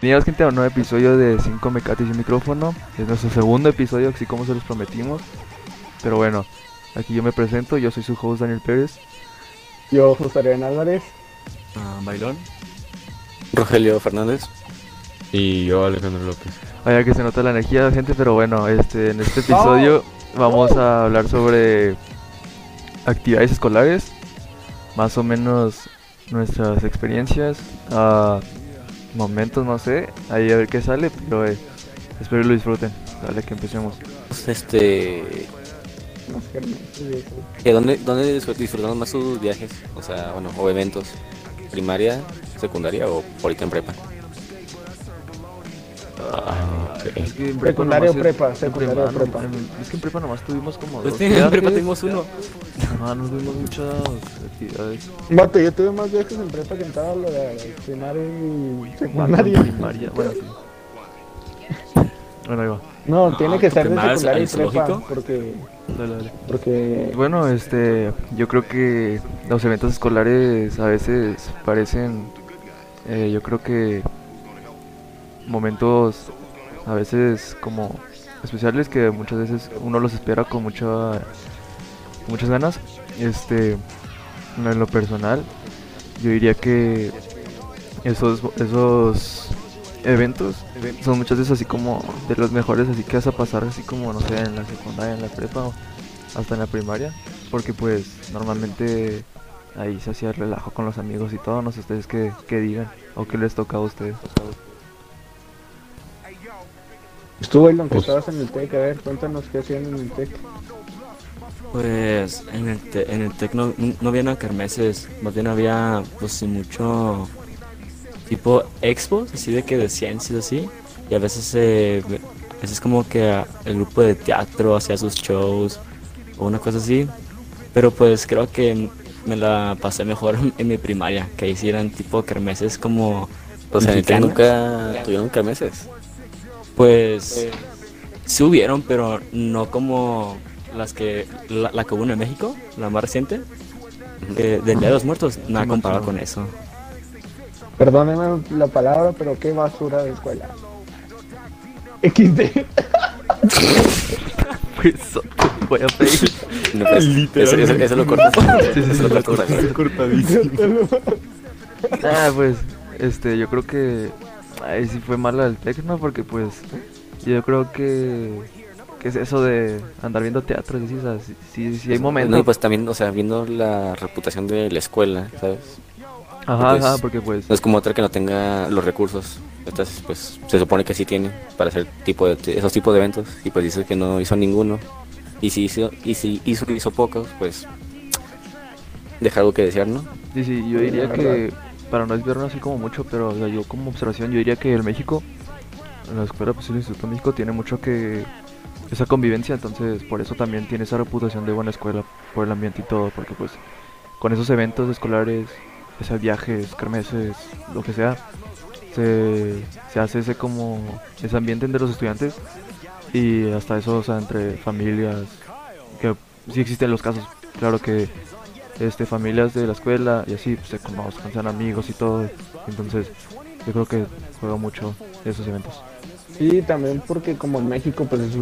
Bienvenidos gente a un nuevo episodio de 5 mecates y un micrófono. Es nuestro segundo episodio, así como se los prometimos. Pero bueno, aquí yo me presento, yo soy su host Daniel Pérez. Yo, José Arián Álvarez. Bailón. Rogelio Fernández. Y yo, Alejandro López. Vaya que se nota la energía, gente, pero bueno, este, en este episodio vamos a hablar sobre actividades escolares, más o menos nuestras experiencias, ah, momentos, no sé, ahí a ver qué sale, pero eh, espero lo disfruten. Dale, que empecemos. Pues, Este. No sé, no sé, no ¿que ¿Dónde, dónde disfr- disfrutaron más sus viajes? O sea, bueno, o eventos. ¿Primaria, secundaria o ahorita en prepa? Ah, ok. Es que en Secundaria nomás- o prepa, en secundaria o primaria, prepa. en- es que en prepa nomás tuvimos como Pues dos en prepa viajes. tuvimos uno. Ah, no tuvimos muchas actividades. sé. Vato, yo tuve más viajes en prepa que en toda la primaria y secundaria. Primaria, bueno, sí. Bueno, ahí va. No, No, tiene que ¿tú ser qué de más? secundaria y ¿Al prepa zoológico? porque... Dale, dale. Porque... Bueno, este, yo creo que los eventos escolares a veces parecen, eh, yo creo que momentos a veces como especiales que muchas veces uno los espera con mucha, muchas ganas. Este, en lo personal, yo diría que esos, esos eventos son muchas veces así como de los mejores, así que vas a pasar así como, no sé, en la secundaria, en la prepa o hasta en la primaria, porque pues normalmente ahí se hacía el relajo con los amigos y todo, no sé ustedes qué, qué digan o qué les toca a ustedes. Estuvo el que Pues- estabas en el TEC, a ver, cuéntanos qué hacían en el TEC. Pues en el, te- en el tec no, no había nada carmeses, más bien había pues sí, mucho tipo expos, así de que de ciencias así, y a veces eh, ve- a veces como que a- el grupo de teatro hacía sus shows o una cosa así, pero pues creo que me la pasé mejor en mi primaria, que hicieran tipo carmeses como pues, O sea, pues, en el TEC mexicanas. nunca tuvieron carmeses. Pues sí hubieron, pero no como las que la, la que hubo en México, la más reciente, de, del Día de los Muertos, nada Simón, comparado Simón. con eso. Perdónenme la palabra, pero qué basura de escuela. XD. Pues voy a pedir. No, pues, eso, eso- eso lo cortas. Eso lo cortas. Ah, pues, este, yo creo que ahí sí fue mala el tecno porque pues yo creo que que es eso de andar viendo teatro, sí, o sea, sí, sí, sí hay momentos. No, pues también, o sea, viendo la reputación de la escuela, ¿sabes? ajá, pues, ajá, porque pues No es como otra que no tenga los recursos. Estas, pues, se supone que sí tiene para hacer tipo de, esos tipos de eventos. Y pues dice que no hizo ninguno. Y si hizo, y si hizo, hizo pocos, pues, deja algo que desear, ¿no? Sí, sí, yo Sí, diría la que, para no desviarnos así como mucho, pero o sea, yo como observación, yo diría que el México, en la escuela, pues el Instituto México tiene mucho que esa convivencia, entonces por eso también tiene esa reputación de buena escuela, por el ambiente y todo, porque pues con esos eventos escolares, o sea, viajes, kermeses, lo que sea, se, se hace ese como, ese ambiente entre los estudiantes y hasta eso, o sea, entre familias, que sí existen los casos, claro que este, familias de la escuela y así pues, se conozcan, sean amigos y todo. Entonces, yo creo que juega mucho esos eventos. Sí, también porque como en México pues es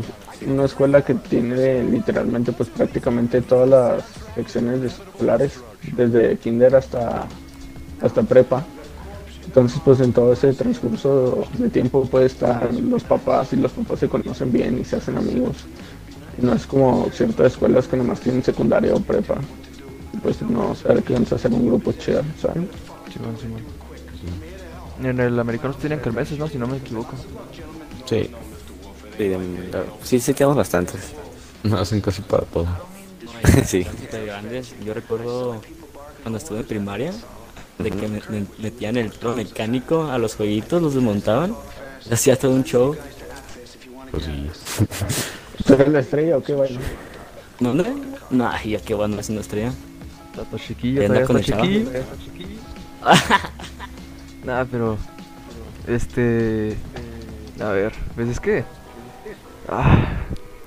una escuela que tiene literalmente pues prácticamente todas las secciones escolares, desde kinder hasta, hasta prepa. Entonces pues en todo ese transcurso de tiempo puede estar los papás y los papás se conocen bien y se hacen amigos. No es como ciertas escuelas que nomás tienen secundaria o prepa. Pues no se alcanza a hacer un grupo chido, ¿sabes? Simón, Simón. En el americano sí tenían kermeses, ¿no? Si no me equivoco. Sí. Y, um, sí, sí, tenemos bastantes. No hacen casi para todo. Sí. Súper grandes. Yo recuerdo cuando estuve en primaria, de que me, me metían el tro mecánico a los jueguitos, los desmontaban, hacía todo un show. Pues sí. ¿Tú eres la estrella o qué bueno? ¿No? ¿No? No, ay, ya qué bueno haciendo estrella. Tato chiquillo, ¿Y anda todavía con está el chavo? chiquillo. Nah, pero. Este. A ver, ¿ves es que? Ah,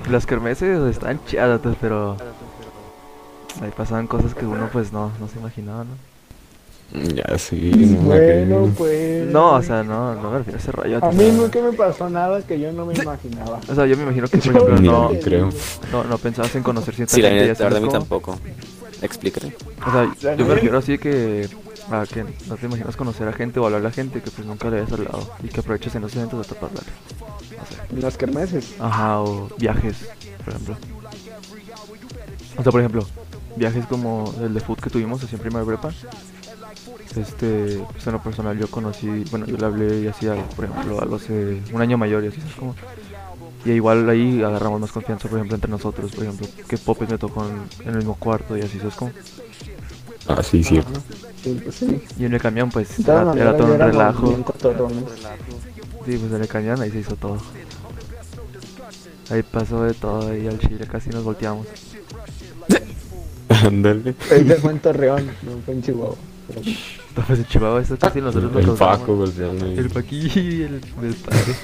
las kermeses están chidas, pues, pero. Ahí pasaban cosas que uno pues no, no se imaginaba, ¿no? Ya, sí, no me bueno, acuerdo. pues. No, o sea, no, no me refiero a ese rayo. A mí nunca me pasó nada que yo no me imaginaba. O sea, yo me imagino que, por Yo ejemplo, Ni no, yo creo. no, no pensabas en conocer cierta Sí, la gente. ya verdad, la verdad a mí sabes cómo. tampoco. Explícate. O sea, La yo me neta. refiero así que a que no te imaginas conocer a gente o hablar a gente que pues nunca le habías hablado y que aproveches en los eventos de taparla. En las kermeses. Ajá, o viajes, por ejemplo. O sea, por ejemplo, viajes como el de food que tuvimos así en primera prepa. Este, pues en lo personal yo conocí, bueno, yo le hablé y hacía, por ejemplo, a los eh, un año mayor y así, ¿sabes cómo? Y igual ahí agarramos más confianza, por ejemplo, entre nosotros, por ejemplo, que Popes me tocó en, en el mismo cuarto y así, ¿sabes cómo? Ah, sí, cierto. Sí, pues sí. Y en el camión, pues, De todas era, era maneras, todo yo un era relajo. bien cotorrones. Sí, pues en el cañón ahí se hizo todo. Ahí pasó de todo, ahí al chile casi nos volteamos. Ándale. Es de Juan Torreón, no fue en Chihuahua. Pero Entonces pues, en Chihuahua eso casi nosotros nos El volteamos. Paco golpeando. ahí. El Paquí, el despadre.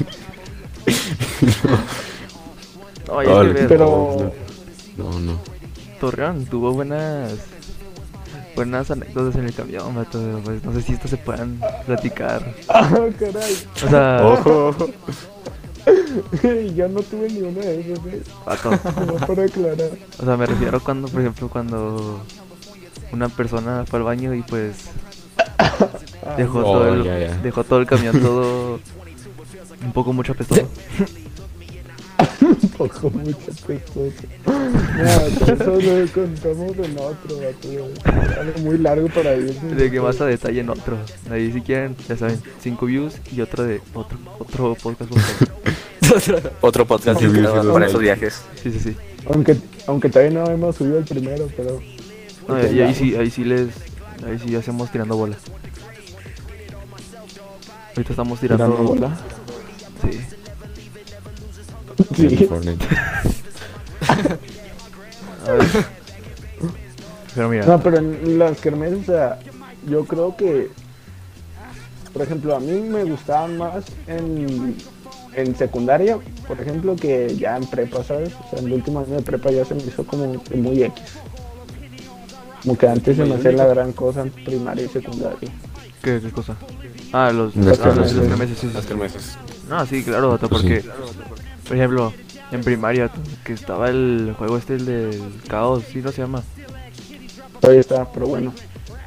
Oye, Ah, es el- que ver, Pero- No, no. Torreón tuvo buenas buenas anécdotas en el camión, vato, pero, pues, no sé si estas se puedan platicar. Ah, caray. O sea, Ojo. Yo no tuve ni una de esas, ¿eh? vato, Nomás para aclarar. o sea, me refiero cuando, por ejemplo, cuando una persona fue al baño y pues dejó Oh, todo el, ya, ya. dejó todo el camión todo un poco mucho apestoso. Un poco mucho apestoso. Nada, eso lo contamos en otro, vato. Algo muy largo para ir. De que más a detalle en otro. Ahí si quieren, ya saben, 5 views y otro de otro otro podcast. por favor. Otro podcast Sí, sí, sí, dedicado sí, para sí. esos viajes. Sí, sí, sí. Aunque, aunque todavía no hemos subido el primero, pero. No, y ahí sí, ahí sí les. Ahí sí hacemos tirando bola. Ahorita estamos tirando, ¿Tirando bola? Sí. Sí. El Fortnite. A ver. Pero mira, No, pero en las kermeses, o sea, yo creo que, por ejemplo, a mí me gustaban más en, en secundaria, por ejemplo, que ya en prepa, ¿sabes? O sea, en el último año de prepa ya se me hizo como que muy X. Como que antes se me hacía la gran cosa en primaria y secundaria. ¿qué, qué cosa? Ah, los. Las ah, los kermeses. los kermeses, sí, sí, Las sí. kermeses. No, sí, claro, vato, Pues porque. sí. Por ejemplo, en primaria, que estaba el juego este, el del caos, sí, no se llama. Todavía está, pero bueno.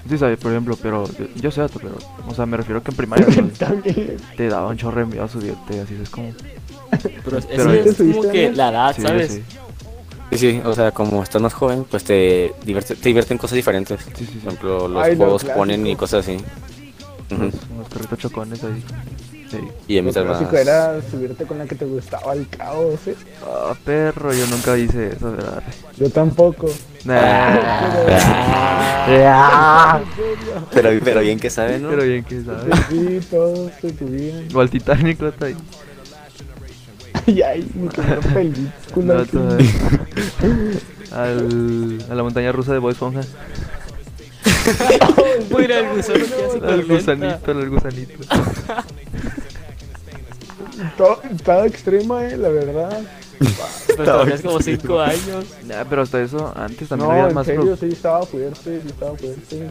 Sí, sabe, por ejemplo, pero yo, yo sé, vato, pero, o sea, me refiero que en primaria pues, También. te daba un chorro de miedo a subirte, así es como. Pero es, Pero es- ahí- es como que la edad, Sí, Ah, ¿sabes? sí, Sí, sí, o sea, como estás más joven, pues te divierte, te divierten cosas diferentes. sí, sí, Por sí. ejemplo, los Ay, lo juegos que ponen clásico. y cosas así. Ujú. Unos, unos carritos chocones ahí. Sí. Y a mí Lo más. clásico era subirte con la que te gustaba el caos, ¿eh? Ah, perro, yo nunca hice eso, ¿verdad? Yo tampoco. Nah, Ah. Pero, pero bien que saben, ¿no? pero bien que sabes. Sí, todos se subían. O al Titanic, lo está ahí. Ay, ay, qué gran película. No, todo qué- bien. Al, a la montaña rusa de Bob Esponja. Voy a ir al gusano que hace Al tormenta. gusanito, al gusanito. to- Estaba extrema, eh, la verdad. Pero tenías como 5 años. Nah, pero hasta eso, antes también no, había en más. pro- serio, sí estaba fuerte, sí estaba fuerte.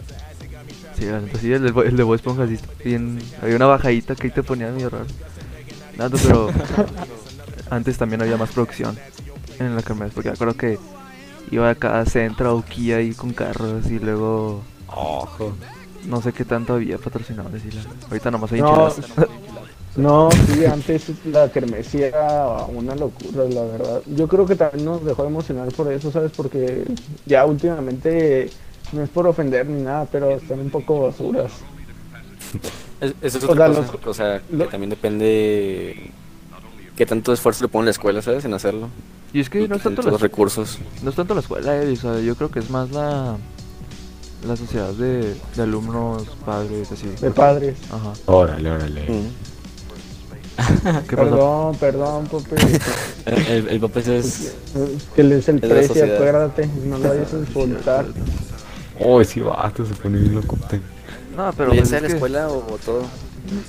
Sí, la neta, sí, el, de Bo- el de Bob Esponja, sí, está bien. Había una bajadita que ahí te ponía medio raro. Nada, pero antes también había más producción en la Carmen, porque me acuerdo que iba a cada centro o Kia ahí con carros y luego Ojo. no sé qué tanto había patrocinadores y la... Ahorita nomás hay No. pues, enchiladas. No, sí, antes la kermesía era una locura, la verdad. Yo creo que también nos dejó emocionar por eso, ¿sabes? Porque ya últimamente, no es por ofender ni nada, pero están un poco basuras. Es- Eso es O otra sea, cosa. los- o sea, que lo- también depende qué tanto esfuerzo le pone la escuela, ¿sabes? En hacerlo. Y es que Y no es, tanto pues, los la, recursos. no es tanto la escuela, eh, o sea, yo creo que es más la, la sociedad de, de alumnos, padres, así. De padres. Ajá. Órale, órale. Mm. ¿Qué pasó? Perdón, perdón, Pope. El, el, el papá ese es. que le es el Es la precio, sociedad. acuérdate. No lo vayas a insultar. Oh, ese vato se pone bien loco. No, pero ya pues sea es la que- escuela o, o todo,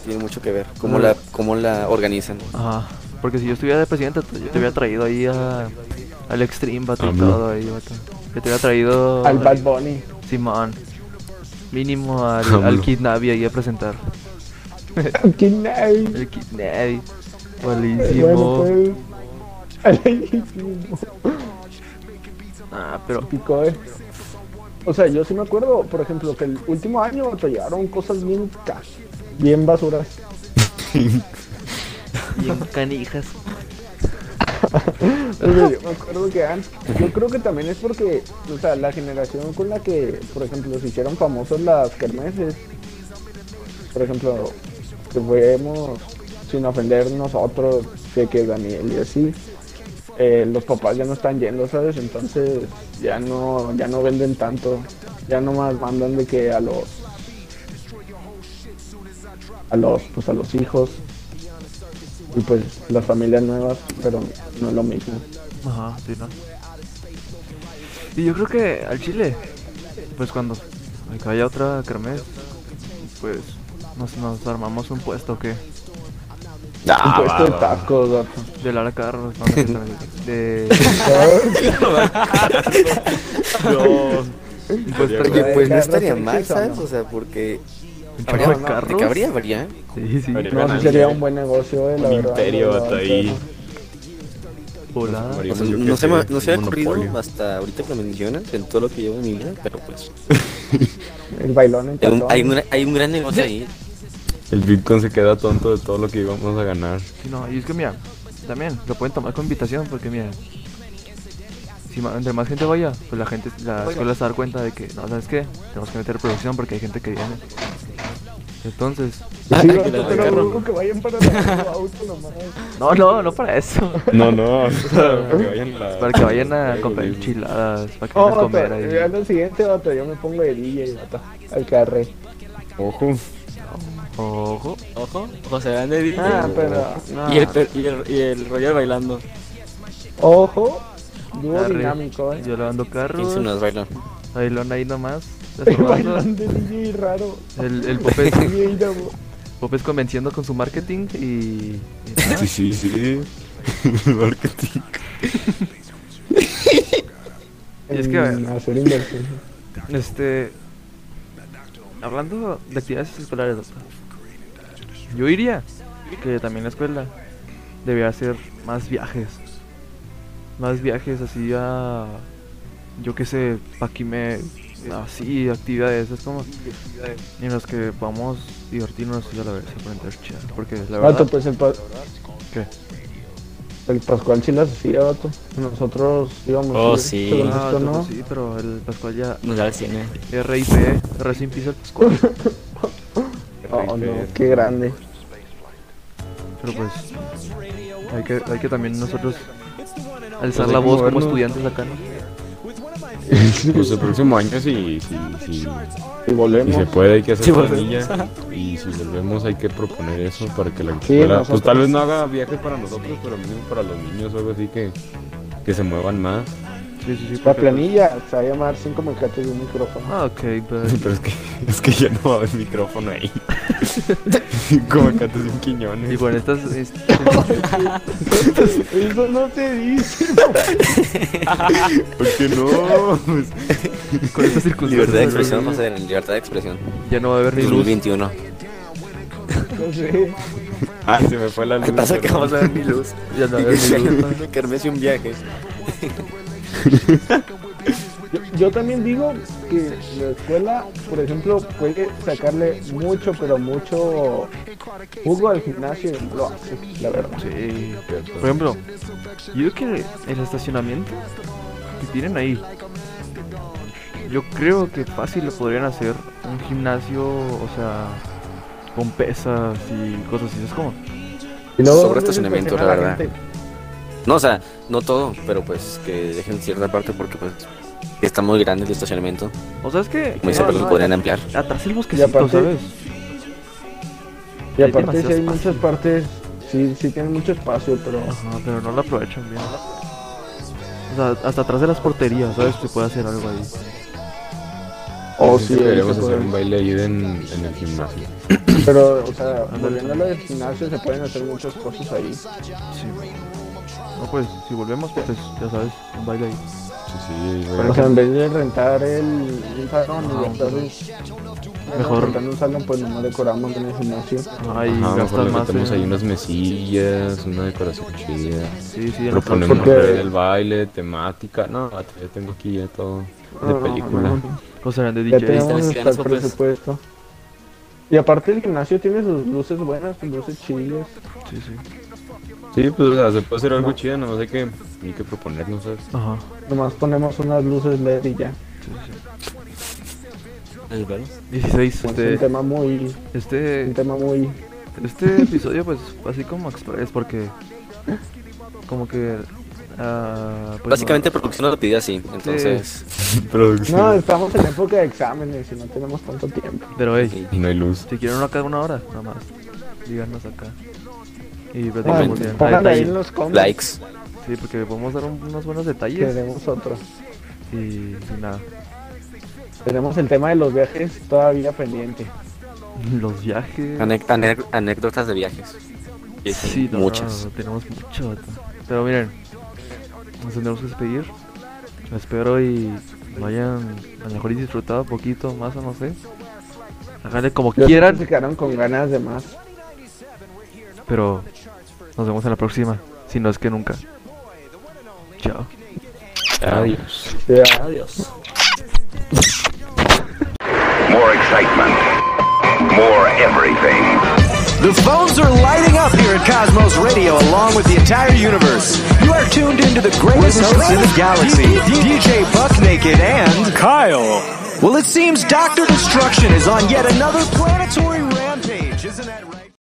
tiene mucho que ver. Cómo, Claro. la, cómo la organizan. Ajá. Porque si yo estuviera de presidente, te- yo te hubiera traído ahí a, al Extreme, vato, y AMLO. todo ahí, vato. Yo te hubiera traído Al Bad Bunny. Simón. Mínimo al, AMLO. al Kid Navi ahí a presentar. Aquí nadie. El Kid Navi. Bueno, Malísimo. pues. Alísimo. Ah, pero. Picó, eh. O sea, yo sí me acuerdo, por ejemplo, que el último año batallaron cosas bien ca- bien basuras. Bien canijas. Oye, Pues, yo me acuerdo que antes, yo creo que también es porque, o sea, la generación con la que, por ejemplo, se hicieron famosos las kermeses, por ejemplo, que fuimos, sin ofender nosotros, que, que Daniel y así, eh, los papás ya no están yendo, ¿sabes? Entonces ya no, ya no venden tanto, ya nomás mandan de que a los, a los, pues a los hijos, y pues las familias nuevas, pero no es lo mismo. Ajá, sí, ¿no? Y yo creo que al Chile, pues cuando que haya otra kermés, pues nos, nos armamos un puesto que Un Ah, puesto de tacos, gato. de Lara Carros, no, de, de, un puesto Oye, de, pues no Carlos, estaría ¿sí mal, eso o ¿sabes? no? O sea, porque. un habría- choco de no, de que carros. habría, habría. Sí, sí, Habría- No, sí sería un buen negocio, eh, la Un verdad. imperio, la vato, verdad, ahí. pero- volada. María. O sea, Yo no, qué se me, sé, no se me ha un ocurrido monopolio. hasta ahorita que lo mencionas en todo lo que llevo en mi vida, pero pues. El bailón en Hay un, calzón. hay un, hay un gran negocio ahí. El Bitcoin se queda tonto de todo lo que íbamos a ganar. Sí, no, y es que mira, también lo pueden tomar con invitación porque mira, si ma- entre más gente vaya, pues la gente, la escuela se va a dar cuenta de que, no, ¿sabes qué? Tenemos que meter producción porque hay gente que viene. Entonces, Sí, Ah, vato, la pero agarro. dudo que vayan para el auto nomás. no, no, no para eso. No, no. o sea, para que vayan a la- Para que vayan a Algo comprar mismo. enchiladas, para que Oh, vayan a vato, comer ya ahí. lo siguiente, vato, yo me pongo de DJ, vato, al carré. Ojo. Ojo. Ojo, José Grande. Ah, pero, no. Y el, per- y el, y el Royal bailando. Ojo, dúo arre, dinámico, eh. Yo lavando carros, Y nos bailan. bailón ahí nomás, El desorbando. bailón de DJ raro. el, el Popes, DJ raro. Popes convenciendo con su marketing y... y Sí, sí, sí. Marketing. Y es que- En Hacer inversión. Este. Hablando de actividades escolares, doctor, yo diría que también la escuela debería hacer más viajes. Más viajes así a. Yo qué sé, Paquime. Así, actividades, es como. En las que vamos divertirnos y a la vez aprender chido. Porque la Vato, verdad. pues el, pa- ¿Qué? el Pascual sí las hacía, vato. Nosotros íbamos. Oh, ir, sí. según Ah, esto, tú, ¿no? pues sí, pero el Pascual ya. Nos da el cine. RIP, recién pisa el Pascual. Oh, no, qué grande. Pero pues hay que, hay que también nosotros alzar Pues hay la que voz como movernos. estudiantes acá, ¿no? Pues el próximo año, si, si, si, Y si se volvemos. puede, hay que hacer Sí, pues, planilla. Y si volvemos, hay que proponer eso para que la Sí, escuela. Pues nosotros. tal vez no haga viajes para nosotros, pero mínimo para los niños o algo así que, que se muevan más. Sí, sí, sí. La planilla se va a llamar 5 mecates y un micrófono. Ah, ok, pero Pero es que, es que ya no va a haber micrófono ahí. Como cantas un y quiñones. bueno, estas es- Eso no te dice. ¿Por qué no? Pues, con estas Libertad de circunstancias pues, expresión, vamos a ver, libertad de expresión. ya no va a haber ni luz. 2021. No sé. ah, se me fue la luz. ¿Qué pasa que pero- vamos a ver mi luz? Ya no va a haber ni luz. Carmesí un viaje. Yo, yo también digo que la escuela, por ejemplo, puede sacarle mucho, pero mucho jugo al gimnasio y lo hace, la verdad. Sí. Por ejemplo, yo creo que el estacionamiento que tienen ahí, yo creo que fácil lo podrían hacer un gimnasio, o sea, con pesas y cosas así. Es como, Y Sobre estacionamiento, la decepciona a verdad. No, o sea, no todo, pero pues que dejen cierta parte porque pues está muy grande el estacionamiento. o sea, es que Como dice, no, pero no, lo podrían ampliar. atrás el bosquecito, aparte- ¿sabes? gente. Y aparte, sí demasiado hay muchas espacio. partes, sí, sí tienen mucho espacio, pero. Ajá, pero no lo aprovechan bien. O sea, hasta atrás de las porterías, ¿sabes? Se puede hacer algo ahí. Oh, Siento sí, que ahí deberíamos se hacer puede. un baile ahí en, en el gimnasio. Pero, o sea, volviendo a lo del gimnasio, se pueden hacer muchas cosas ahí. Sí. No, pues, si volvemos, pues, ya sabes, un baile ahí. Sí, sí, O güey. sea, en vez de rentar el, el salón, Ajá, los un salón. perros, Mejor- Mejor. no salgan, pues nomás decoramos en el gimnasio. Ay, Ajá, mejor gastas le más. metemos en- ahí unas mesillas, una decoración chida. Sí, sí, en los Proponemos Porque- hacer el baile, temática. No, vato, yo tengo aquí ya todo de No, película. O sea, de Ya DJ. tenemos Instagram, hasta el pues. presupuesto. Y aparte el gimnasio tiene sus luces buenas, sus luces chidas. Sí, sí. Sí, pues o sea, se puede hacer algo chido, nomás hay que, hay que proponernos. ¿sabes? Ajá. Nomás ponemos unas luces LED y ya. Sí, sí. ¿El velo? 16. Pues, Es un Este, tema muy, un este, tema muy este episodio, pues, así como express, porque. Como que. ah, pues, no- Básicamente producción nos lo pidió así, entonces... No, Producción. estamos en época de exámenes y no tenemos tanto tiempo. Pero, hey, sí. Y no hay luz. si quieren acá una hora, nada más. Díganos acá. Y Bueno, platicamos bien. A Pongan ahí detalle. en los comments. Likes. Sí, porque podemos dar un- unos buenos detalles. Queremos otro. Y, y nada. Tenemos el tema de los viajes todavía pendiente. Los viajes. Ane- ane- anécdotas de viajes. Y sí, Sí, no, muchas. no, tenemos mucho. vato. Pero miren, nos tendremos que despedir. Espero y lo hayan a lo mejor y disfrutado un poquito más o no sé. Háganle como Los quieran, se quedaron con ganas de más. pero nos vemos en la próxima. Si no es que nunca. Chao. Adiós. Ya. Adiós. More excitement. More everything. The phones are lighting up here at Cosmos Radio along with the entire universe. You are tuned into the greatest hosts in the galaxy, DJ Bucknaked and Kyle. Well, it seems Dr. Destruction is on yet another planetary rampage, isn't that right?